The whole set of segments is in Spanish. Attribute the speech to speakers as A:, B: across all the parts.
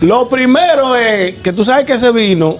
A: Lo primero es que tú sabes que ese vino,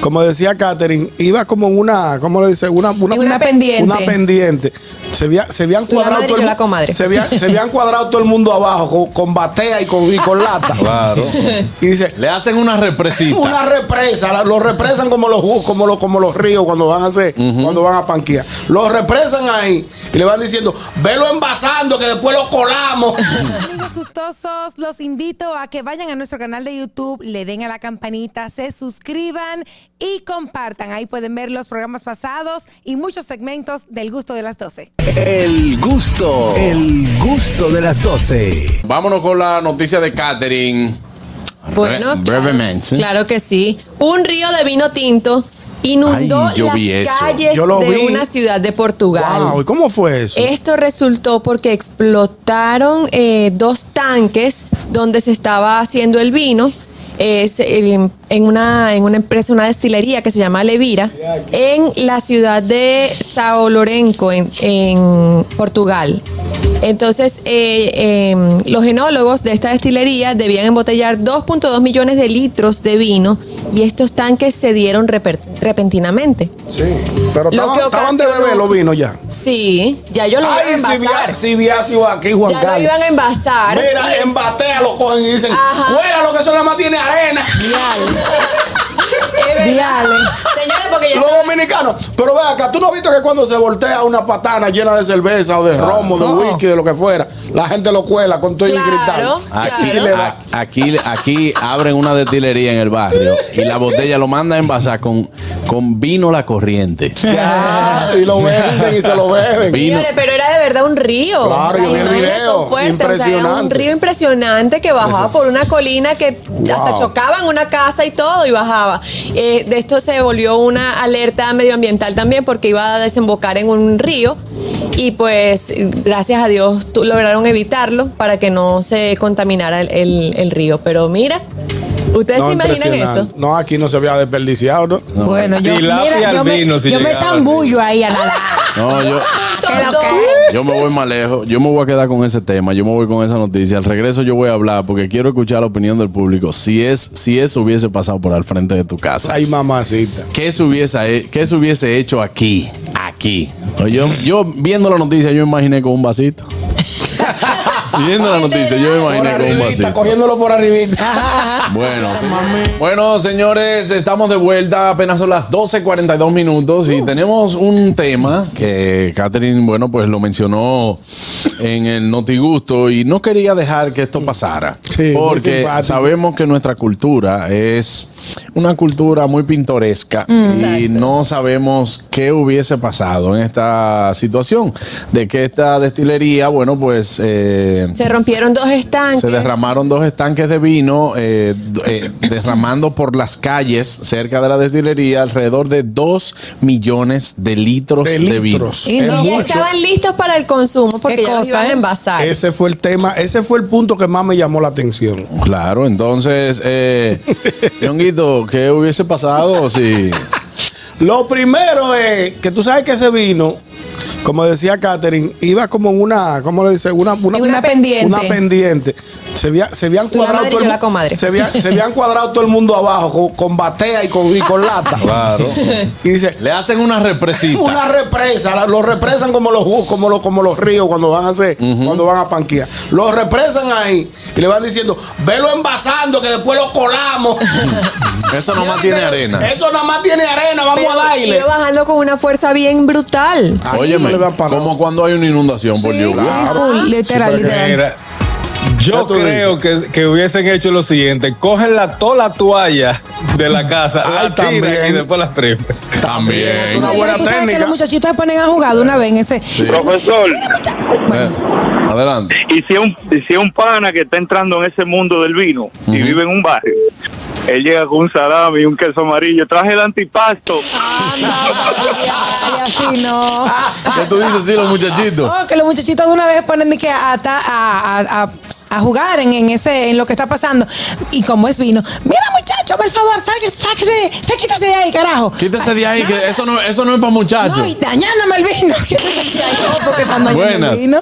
A: como decía Catherine, iba como en una, ¿cómo le dice? Una, una,
B: Una pendiente.
A: Una pendiente. Se, veía- se habían cuadrado
B: madre y
A: todo el
B: yo la
A: mu-
B: comadre.
A: Se, veía- se habían cuadrado todo el mundo abajo con, con batea y con, y con lata.
C: Claro.
A: Y dice,
C: Le hacen una represita.
A: una represa, la- lo represan como los ju- como los como los ríos cuando van a hacer, cuando van a panquear. Lo represan ahí y le van diciendo, velo envasando que después lo colamos.
D: Amigos gustosos, los invito a que vayan a nuestro canal de YouTube, le den a la campanita, se suscriban y compartan. Ahí pueden ver los programas pasados y muchos segmentos del gusto de las 12.
E: El gusto, el gusto de las 12.
C: Vámonos con la noticia de Catherine.
B: Bueno,
C: Bre-
B: claro,
C: brevemente.
B: Claro que sí. Un río de vino tinto inundó
C: Ay, yo vi
B: las
C: eso.
B: calles
A: Yo lo
B: de
A: vi.
B: una ciudad de Portugal.
A: Wow, ¿y cómo fue eso?
B: Esto resultó porque explotaron eh, dos tanques donde se estaba haciendo el vino. eh, se- en, en una, en una empresa, una destilería que se llama Levira, en la ciudad de Sao Lourenco, en, en Portugal. Entonces, eh, eh, los enólogos de esta destilería debían embotellar 2.2 millones de litros de vino y estos tanques se dieron reper- repentinamente.
A: Sí, pero
B: Lo
A: estaban,
B: que
A: estaban de
B: ocasionó-
A: bebé los vinos ya.
B: Sí, ya yo lo voy a
A: Ay, si
B: envasar.
A: via- si viase iba aquí, Juan
B: Ya lo
A: Carlos.
B: iban a envasar.
A: Mira, en batea lo cogen y dicen,
B: Ajá.
A: fuera lo que eso nada más tiene arena.
B: Diale. Señores, porque yo.
A: Los dominicanos, pero ve acá, tú no viste que cuando se voltea una patana llena de cerveza o de romo, de whisky, de lo que fuera, la gente lo cuela con todo
B: Claro,
A: el cristal.
B: claro.
A: Y le da.
C: a- aquí, aquí abren una destilería en el barrio y la botella lo manda a envasar con, con vino la corriente.
A: Ya, y lo beben y se lo beben.
B: Señores, pero era de verdad un río.
A: Claro, yo vi el
B: imágenes
A: video.
B: son fuertes, o sea, era un
A: Impresionante.
B: río impresionante que bajaba por una colina que hasta
A: Wow.
B: chocaba en una casa y todo y bajaba. Eh, de esto se volvió una alerta medioambiental también porque iba a desembocar en un río y pues gracias a Dios tú- lograron evitarlo para que no se contaminara el, el- el río. Pero mira, ¿ustedes
A: No,
B: se imaginan
A: impresionante.
B: eso?
A: No, aquí no se había desperdiciado. ¿no?
D: Bueno, yo,
F: Tilapia
D: mira,
F: al
D: yo me,
F: vino, si
D: yo me
F: llegaba,
D: zambullo ahí a la
C: No, yo,
D: lo
B: Todo.
D: que-
C: yo me voy más lejos. Yo me voy a quedar con ese tema. Yo me voy con esa noticia. Al regreso yo voy a hablar porque quiero escuchar la opinión del público. Si es, si eso hubiese pasado por al frente de tu casa.
A: Ay, mamacita.
C: ¿Qué se hubiese, he- qué se hubiese hecho aquí? Aquí. O Yo, yo viendo la noticia, yo imaginé con un vasito. viendo la noticia, yo
A: Por
C: me imaginé con un
A: arribita,
C: vasito.
A: cogiéndolo por arribita.
C: Bueno, sí. bueno, señores, estamos de vuelta. Apenas son las 12.42 minutos y tenemos un tema que Catherine, bueno, pues lo mencionó en el Notigusto y no quería dejar que esto pasara.
A: Sí, muy
C: porque
A: simpático.
C: sabemos que nuestra cultura es una cultura muy pintoresca y no sabemos qué hubiese pasado en esta situación. De que esta destilería, bueno, pues... eh,
B: Se rompieron dos estanques.
C: se derramaron dos estanques de vino, eh, d- eh, derramando por las calles cerca de la destilería alrededor de 2 millones de litros de,
A: De
C: vino.
A: litros.
D: Y
A: Es
D: no,
B: Y ya
A: mucho.
B: estaban listos para el consumo porque
D: Qué
B: ya los
D: cosa,
B: iban a
D: ¿eh?
B: envasar.
A: Ese fue el tema, ese fue el punto que más me llamó la atención.
C: Claro, entonces, eh, Ñonguito, ¿qué hubiese pasado si
A: Lo primero es que tú sabes que ese vino, como decía Catherine, iba como en una, ¿cómo le dice? Una, una,
D: En una pendiente.
A: Una pendiente. Se, veía- se habían
B: Tú la
A: cuadrado
B: madre y
A: todo el,
B: yo
A: mu-
B: la comadre.
A: Se, veía- se habían cuadrado todo el mundo abajo con, con batea y con, y con lata.
C: Claro.
A: Y dice,
C: le hacen una represita?
A: una represa, la- lo represan como los ju- como los, como los ríos cuando van a hacer, cuando van a panquear. Lo represan ahí y le van diciendo, velo envasando que después lo colamos.
C: Eso nomás tiene arena.
A: Eso nada más tiene arena, vamos
B: Pero
A: a darle.
B: iba bajando con una fuerza bien brutal.
A: Sí.
C: Óyeme,
A: Le dan parado.
C: como cuando hay una inundación por lluvia.
D: full, literal, literal.
F: Mira, yo
A: ¿Qué tú
F: creo que, que hubiesen hecho lo siguiente: cogen la, toda la toalla de la casa,
A: Ay, Ah,
F: la tiran
A: también.
F: y después la exprimen.
C: También.
A: Una buena
D: Tú sabes que
A: técnica.
D: los muchachitos se ponen a jugar de una vez en ese.
C: Sí.
G: Profesor,
C: Eh, adelante.
G: y si es un, y si es un pana que está entrando en ese mundo del vino y vive en un barrio, él llega con un salami y un queso amarillo, traje el antipasto.
D: Ay, así no.
C: ¿Qué tú dices, sí, los muchachitos?
D: Oh, que los muchachitos de una vez ponen de que a, ta- a, a- a- a jugar en, en ese en lo que está pasando. Y como es vino. Mira, muchacho, por favor, sáquese, sáquese, se quítase de ahí, carajo.
C: Quítese de ahí, que eso no, eso no es para muchachos.
D: No, y dañándome el vino. No, porque están dañando
C: Buenas.
D: el vino.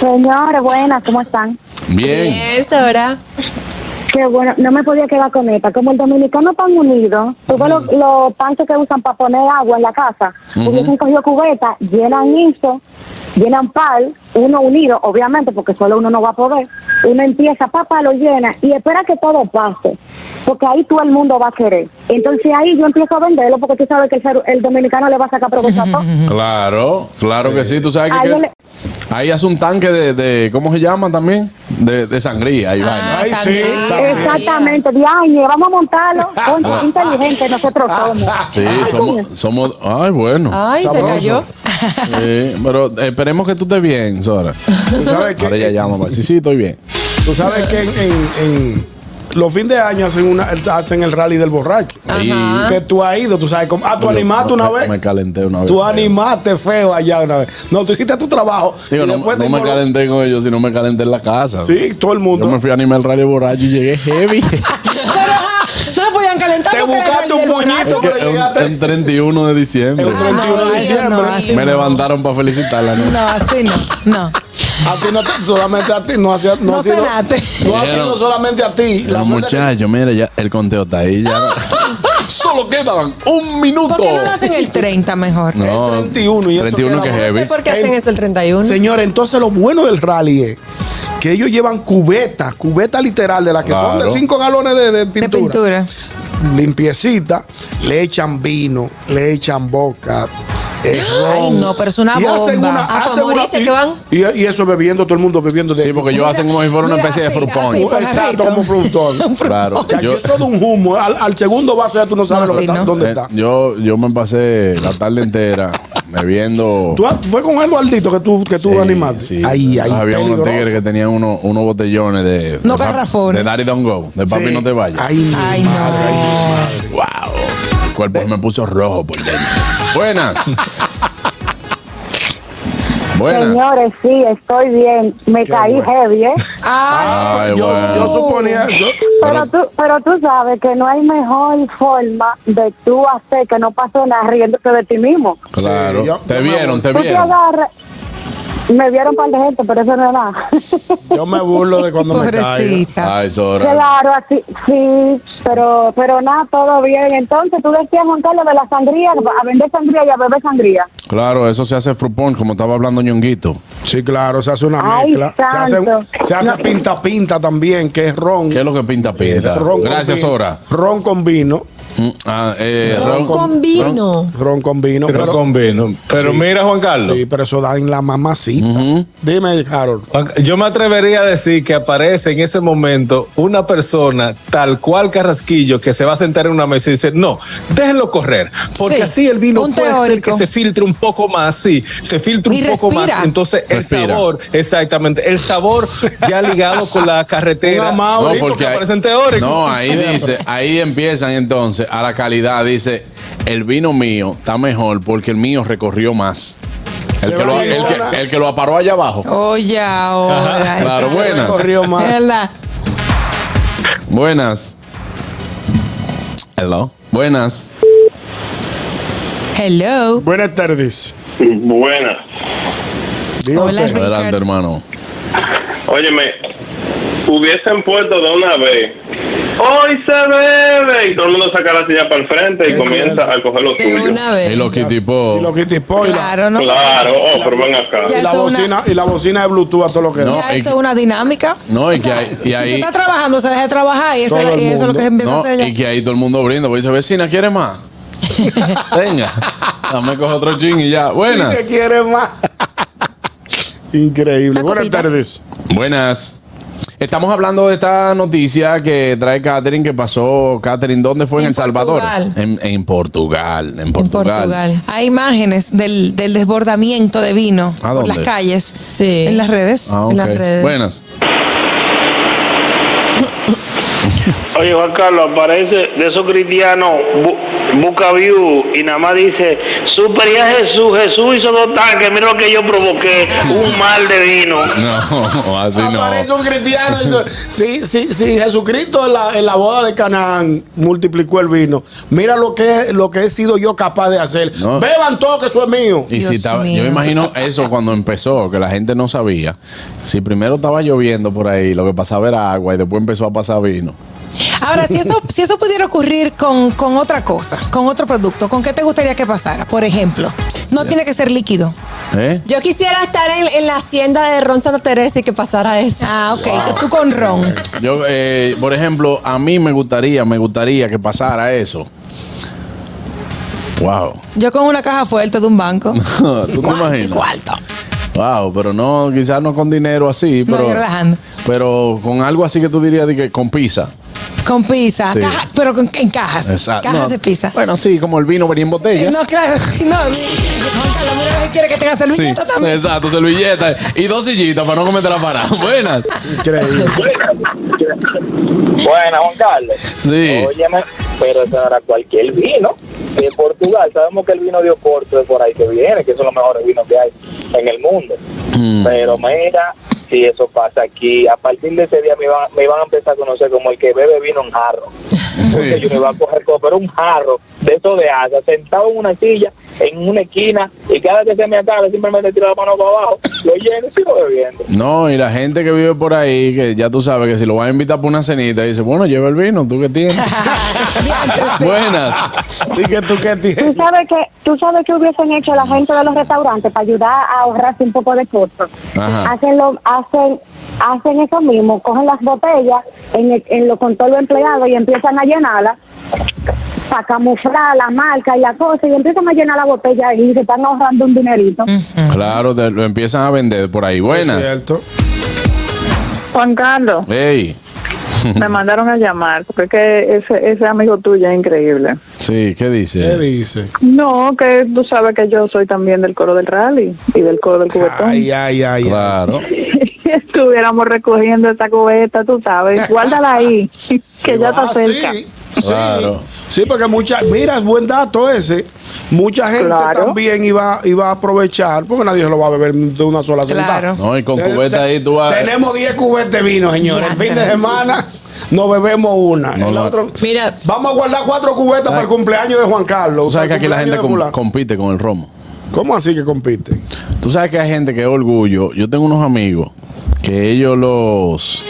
H: Señores, buenas, ¿cómo están?
C: Bien.
B: Bien, Sora.
H: Qué bueno, no me podía quedar con esta. Como el dominicano tan unido, tú ves los, los panchos que usan para poner agua en la casa. pues Hubiesen cogido cubeta, llenan eso, llenan pal, uno unido, obviamente, porque solo uno no va a poder. Uno empieza, papá, lo llena y espera que todo pase, porque ahí todo el mundo va a querer. Entonces ahí yo empiezo a venderlo, porque tú sabes que el, ser- el dominicano le va a sacar provecho a todo.
C: Claro, claro que sí. Tú sabes que,
H: Ahí
C: que-
H: le-
C: ahí hace un tanque de, de- ¿cómo se llama también? De, de sangría.
H: Ah,
C: ahí vaina.
A: Ay, sí,
B: sangría.
H: Exactamente, Diane, vamos a montarlo. Concha, qué inteligente nosotros somos.
C: Sí,
H: Ay, Ah. coño.
C: somos, somos, ay, bueno.
B: Ay, se
C: Sabroso.
B: cayó.
C: Sí, pero esperemos que tú estés bien, Sora.
A: Tú sabes
C: Ahora ya
A: que,
C: llama. pa- Sí, sí, estoy bien.
A: tú sabes que en, en- en los fines de año hacen, una, hacen el rally del borracho.
C: Ajá.
A: Que tú has ido, tú sabes cómo. Ah, tú animaste una
C: Me-
A: vez.
C: Me calenté una vez.
A: Tú animaste feo allá una vez. No, tú hiciste tu trabajo.
C: Digo,
A: y
C: no,
A: después
C: no
A: te
C: me
A: involuc-
C: calenté con ellos, sino me calenté en la casa.
A: Sí, todo el
C: Yo me
A: mundo.
C: fui a animar el radio borracho y llegué heavy.
B: Pero ajá, no se podían calentar
A: Te
B: porque era el
A: buscaste un
B: del
A: puñito,
B: borracho.
C: Que
A: pero
C: un-
A: llegaste
C: el 31 de diciembre.
A: el 31
B: Ah,
A: de
B: no, eso
A: diciembre.
B: no, así
C: Me levantaron para felicitarla. ¿no?
D: No, así no. No.
A: A ti no te- solamente a ti, no ha sido, no
D: No
A: ha sido,
D: cenaste.
A: no ha sido
C: Dijeron-
A: solamente a ti. La
C: Los
A: muerte-
C: muchachos, mira, ya el conteo está ahí. Ya. Solo quedan un minuto.
D: ¿Por qué no lo hacen el 30 mejor?
C: No,
A: El 31 y eso
C: 31 que es
A: queda-
B: No sé
C: heavy.
B: por qué hacen eso el 31.
A: Señores, entonces lo bueno del rally es que ellos llevan cubetas, cubeta literal de las que son
C: Claro.
A: de 5 galones de, de
D: De
A: pintura.
D: pintura.
A: Limpiecita, le echan vino, le echan boca. eh,
D: Ay,
A: ron.
D: no, pero es una
A: y Hacen
D: bomba.
A: una,
B: Ah,
A: hacen
B: como
A: una-
B: dicen
A: y-
B: que van.
A: Y, y eso bebiendo, todo el mundo bebiendo de
C: Sí, porque ellos
D: Mira,
C: hacen como si fuera una
D: mira,
C: especie de
D: así,
C: fruit
D: así,
C: punch.
D: por
A: Exacto,
D: jarrito.
A: como frutón.
C: Claro.
A: O sea,
C: Yo,
A: yo eso de un humo. Al, al segundo vaso ya tú no sabes
D: No,
A: lo que
D: sí,
A: está-
D: ¿no?
A: dónde
C: eh,
A: está.
C: yo, yo me pasé la tarde entera bebiendo.
A: ¿Tú, has- fue con Eduardito que tú, que tú
C: Sí,
A: animaste.
C: eh, sí.
A: Ahí, ahí.
C: Había unos
A: peligroso.
C: tigres que tenían uno- unos botellones de.
D: No
C: de pap-
D: garrafones.
C: De Daddy Don't Go. De Papi
A: Sí.
C: No Te Vayas.
A: Ay, mi madre,
D: Ay, no.
A: ay, mi madre.
C: Wow. El cuerpo se me puso rojo por dentro. Buenas. Buenas.
H: Señores, sí, estoy bien. Me caí
A: bueno.
H: heavy, ¿eh?
C: Ay,
A: yo,
C: bueno.
A: yo suponía. yo-
H: Pero tú, pero tú sabes que no hay mejor forma de tú hacer que no pase nada riéndote de ti mismo.
C: Claro.
A: Sí, yo-
C: te
A: yo me
C: vieron, te
H: Tú te
C: vieron.
H: agarras. Me vieron un par de gente, pero eso no es nada.
A: yo me burlo de cuando me caigo.
D: Pobrecita.
C: Ay, Sora.
H: claro, así, sí, pero pero nada, todo bien. Entonces tú decías, Juan Carlos, de la sangría, a vender sangría y a beber sangría.
C: Claro, eso se hace frupón, como estaba hablando Ñonguito.
A: Sí, claro, se hace una
H: Ay,
A: mezcla. Se hace,
H: santo.
A: se hace
H: No.
A: pinta pinta también, que es ron.
C: ¿Qué es lo que pinta pinta?
A: Ron con
C: Gracias,
A: vino.
C: Sora.
A: Ron con vino.
C: Mm, ah, eh,
B: Ron
C: ron-
B: con
C: ron-
B: vino.
A: Ron con vino.
F: Pero,
A: Pero,
F: son vino. Pero
A: Sí.
F: mira, Juan Carlos.
A: sí, pero eso da en la mamacita. Dime, Harold.
F: Juan- Yo me atrevería a decir que aparece en ese momento una persona tal cual Carrasquillo que se va a sentar en una mesa y dice, no, déjenlo correr, porque
D: Sí,
F: así el vino
D: un
F: puede ser
D: teórico.
F: que se filtre un poco más, sí, se filtre un
D: Y
F: poco
D: respira.
F: más. Entonces
C: Respira.
F: el sabor, exactamente, el sabor ya ligado con la
A: Un
F: carretera.
A: amado.
C: No,
A: Sí,
C: porque ahí-
F: aparecen teóricos.
C: No, ahí dice, ahí empiezan entonces a la calidad. Dice, el vino mío está mejor porque el mío recorrió más.
A: Se
C: El, que
A: va
C: lo,
A: a
C: el,
A: llevar.
C: que, el que lo aparó allá abajo.
D: Oye, ahora.
C: Claro, buenas.
A: Corrió
D: Es
A: más.
D: verdad.
C: Buenas. Hello. Buenas.
D: Hello.
A: Buenas tardes.
G: Buena.
A: Diga
D: Hola,
A: usted.
D: Richard.
C: Adelante, hermano.
G: Óyeme, hubiesen puesto de una vez. Hoy se bebe. Y todo el mundo saca la silla para el frente y comienza a coger lo
B: De
G: suyo.
B: una
C: Y
B: vez.
C: lo que tipo.
A: Y lo que te spoila.
D: Claro, no.
G: Claro, oh, pero ven acá.
A: Y
D: Ya
A: la,
D: eso es una-
A: bocina, y la bocina de Bluetooth a todo lo que
C: No,
A: da.
D: Ya
C: y-
D: eso es una dinámica.
C: No, y que hay- y
D: si
C: ahí-
D: se está trabajando, se deja de trabajar y, esa es la-
A: Todo el
D: y eso es lo que se
A: mundo.
D: empieza a
C: No,
D: hacer. ya.
C: y que ahí todo el mundo brinda. Pues dice, vecina, ¿quiere más? Venga. Dame cojo otro ching y ya.
A: ¿Y
C: Buenas.
A: qué quiere más? Increíble.
D: Una
A: Buenas
D: copita.
A: tardes.
C: Buenas. Estamos hablando de esta noticia que trae Catherine, que pasó Catherine, ¿dónde fue? En,
D: En
C: El Salvador.
D: Portugal.
C: En, en Portugal. En
B: En
C: Portugal.
B: Portugal.
D: Hay imágenes del, del desbordamiento de vino
C: ¿A
D: por las
C: dónde?
D: calles.
B: Sí.
D: En las redes.
C: Ah,
B: En las
C: ok.
B: redes.
C: Buenas.
G: Oye, Juan Carlos, aparece de esos cristianos, bu- busca view y nada más dice, supería Jesús, Jesús hizo dos tanques, mira lo que yo provoqué, un mal de vino.
C: No, así
A: Aparece
C: no.
A: un cristiano y dice, si, si, si Jesucristo en la, en la boda de Canaán multiplicó el vino, mira lo que, lo que he sido yo capaz de hacer.
C: No.
A: Beban todo que eso es mío.
C: Y si
D: Dios
C: estaba-
D: mío.
C: yo me imagino eso cuando empezó, que la gente no sabía. Si primero estaba lloviendo por ahí, lo que pasaba era agua y después empezó a pasar vino.
D: Ahora, si eso, si eso pudiera ocurrir con, con otra cosa, con otro producto, ¿con qué te gustaría que pasara? Por ejemplo, no tiene que ser líquido.
C: ¿Eh?
B: Yo quisiera estar en, en la hacienda de Ron Santa Teresa y que pasara eso.
D: Ah, ok, tú con ron.
C: Yo, eh, por ejemplo, a mí me gustaría, me gustaría que pasara eso. Wow.
D: Yo con una caja fuerte de un banco.
C: ¿Tú te imaginas?
D: Cuarto.
C: Wow, pero no, quizás no con dinero así,
D: No,
C: pero,
D: yo relajando.
C: pero con algo así que tú dirías de que con pizza.
D: Con pizza,
C: Sí.
D: caja- pero con- en cajas. Cajas
C: No,
D: de pizza.
C: Bueno, sí, como el vino venía en botellas.
D: No, claro, no. Juan Carlos, mira lo que quiere que tenga salud.
C: Sí,
D: también.
C: exacto, servilleta y dos sillitas para no cometer la parada. Buenas.
A: Increíble.
I: Buena, Juan Carlos.
C: Sí.
I: Óyeme, pero eso era cualquier vino. De Portugal, sabemos que el vino de Oporto es por ahí que viene, que son los mejores vinos que hay en el mundo. Pero mira, si eso pasa aquí, a partir de ese día me iban, me iban a empezar a conocer como el que bebe vino en jarro. Porque yo me iba a coger, co- pero un jarro de eso de asa, sentado en una silla, en una esquina, y cada vez que se me acabe, simplemente tiro la mano para abajo, lo lleno y sigo bebiendo.
C: No, y la gente que vive por ahí, que ya tú sabes que si lo vas a invitar por una cenita, dice, bueno, lleva el vino, tú que tienes. Buenas.
A: ¿Y que tú qué tienes?
H: ¿Tú sabes, que, ¿Tú sabes que hubiesen hecho la gente de los restaurantes para ayudar a ahorrarse un poco de costos?
C: Ajá.
H: Hacen, lo, hacen, hacen eso mismo, cogen las botellas en, el- en lo, con todos los empleados y empiezan a llenarlas para camuflar la marca y la cosa y empiezan a llenar la botella y se están ahorrando un dinerito.
C: Mm. Claro, te- lo empiezan a vender por ahí.
A: Es
C: Buenas.
A: cierto.
J: Juan Carlos,
C: Ey.
J: me mandaron a llamar porque es que ese, ese amigo tuyo es increíble.
C: Sí, ¿qué
A: ¿Qué
C: dice?
A: dice?
J: No, que tú sabes que yo soy también del coro del rally y del coro del cubetón.
A: Ay, ay, ay.
C: Claro.
J: Estuviéramos recogiendo esta cubeta, tú sabes, guárdala ahí, que ya está
A: Ah,
J: cerca.
A: Sí,
C: Claro.
A: sí, sí, porque mucha, mira, es buen dato ese. Mucha gente
J: Claro.
A: también iba, iba a aprovechar, porque nadie se lo va a beber de una sola sentada.
D: Claro.
C: No, y con
A: Te-
C: cubeta
A: te-
C: ahí tú vas.
A: Tenemos 10 cubetas de vino, señores. El fin de semana nos bebemos una.
C: No,
A: El
C: no.
A: otro-
B: Mira.
A: Vamos a guardar cuatro cubetas para el cumpleaños de Juan Carlos.
C: Tú sabes que
A: para el
C: aquí la gente com-
A: cumpleaños de
C: compite con el romo.
A: fulano. ¿Cómo así que compite?
C: Tú sabes que hay gente que es orgullo. Yo tengo unos amigos que ellos los,